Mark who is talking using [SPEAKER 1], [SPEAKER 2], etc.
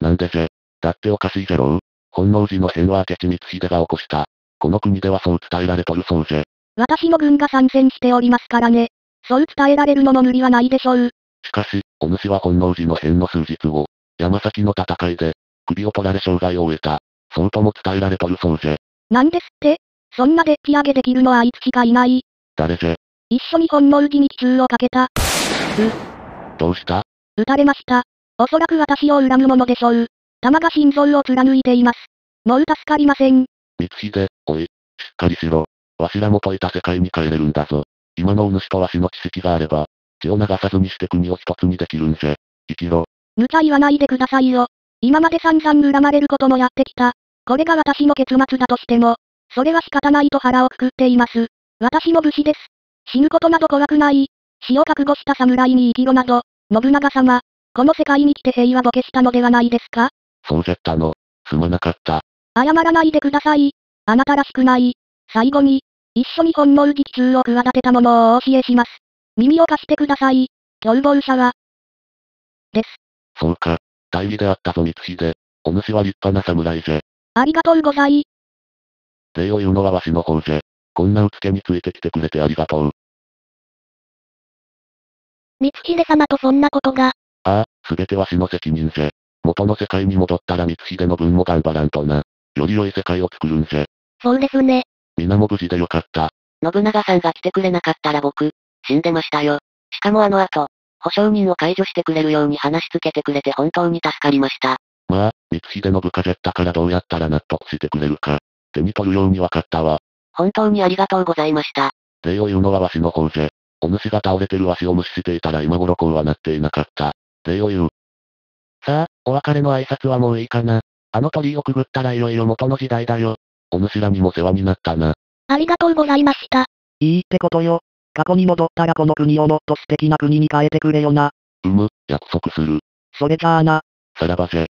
[SPEAKER 1] なんでぜ。だっておかしいぜろう。本能寺の変は明智光秀が起こした。この国ではそう伝えられとるそうぜ。
[SPEAKER 2] 私も軍が参戦しておりますからね。そう伝えられるのも無理はないでしょう。
[SPEAKER 1] しかし、お主は本能寺の変の数日後、山崎の戦いで、首を取られ障害を負えた。そうとも伝えられとるそうぜ。
[SPEAKER 2] なんですってそんなでっち上げできるのはあいつしかいない。
[SPEAKER 1] 誰ぜ、
[SPEAKER 2] 一緒に本能寺に奇襲をかけた。
[SPEAKER 1] どうした
[SPEAKER 2] 撃たれました。おそらく私を恨むものでしょう。弾が心臓を貫いています。もう助かりません。
[SPEAKER 1] 光秀、おい、しっかりしろ。わしらも解いた世界に帰れるんだぞ。今のお主とわしの知識があれば、血を流さずにして国を一つにできるんぜ。生きろ。
[SPEAKER 2] 無茶言わないでくださいよ。今まで散々恨まれることもやってきた。これが私の結末だとしても、それは仕方ないと腹をくくっています。私も武士です。死ぬことなど怖くない。死を覚悟した侍に生きろなど、信長様、この世界に来て平和ボケしたのではないですか
[SPEAKER 1] そうぜったの。すまなかった。
[SPEAKER 2] 謝らないでください。あなたらしくない。最後に、一緒に本能寺奇襲を企てたものをお教えします。耳を貸してください。共謀者は、
[SPEAKER 1] そうか。大義であったぞ光秀。お主は立派な侍ぜ。
[SPEAKER 2] ありがとうござい。
[SPEAKER 1] 礼を言うのはわしの方ぜ。こんなうつけについてきてくれてありがとう。
[SPEAKER 2] 光秀様とそんなことが、
[SPEAKER 1] ああ、すべてわしの責任ぜ。元の世界に戻ったら光秀の分も頑張らんとな。より良い世界を作るんぜ。
[SPEAKER 2] そうですね。
[SPEAKER 1] 皆も無事でよかった。
[SPEAKER 3] 信長さんが来てくれなかったら僕、死んでましたよ。しかもあの後、保証人を解除してくれるように話しつけてくれて本当に助かりました。
[SPEAKER 1] まあ、光秀の部下じゃったからどうやったら納得してくれるか。手に取るようにわかったわ。
[SPEAKER 3] 本当にありがとうございました。
[SPEAKER 1] 礼を言うのはわしの方ぜ。お主が倒れてるわしを無視していたら今頃こうはなっていなかった。礼を言う。さあ、お別れの挨拶はもういいかな。あの鳥居をくぐったらいよいよ元の時代だよ。お主らにも世話になったな。
[SPEAKER 2] ありがとうございました。
[SPEAKER 4] いいってことよ。過去に戻ったらこの国をもっと素敵な国に変えてくれよな。
[SPEAKER 1] うむ、約束する。
[SPEAKER 4] それじゃあな。
[SPEAKER 1] さらばぜ。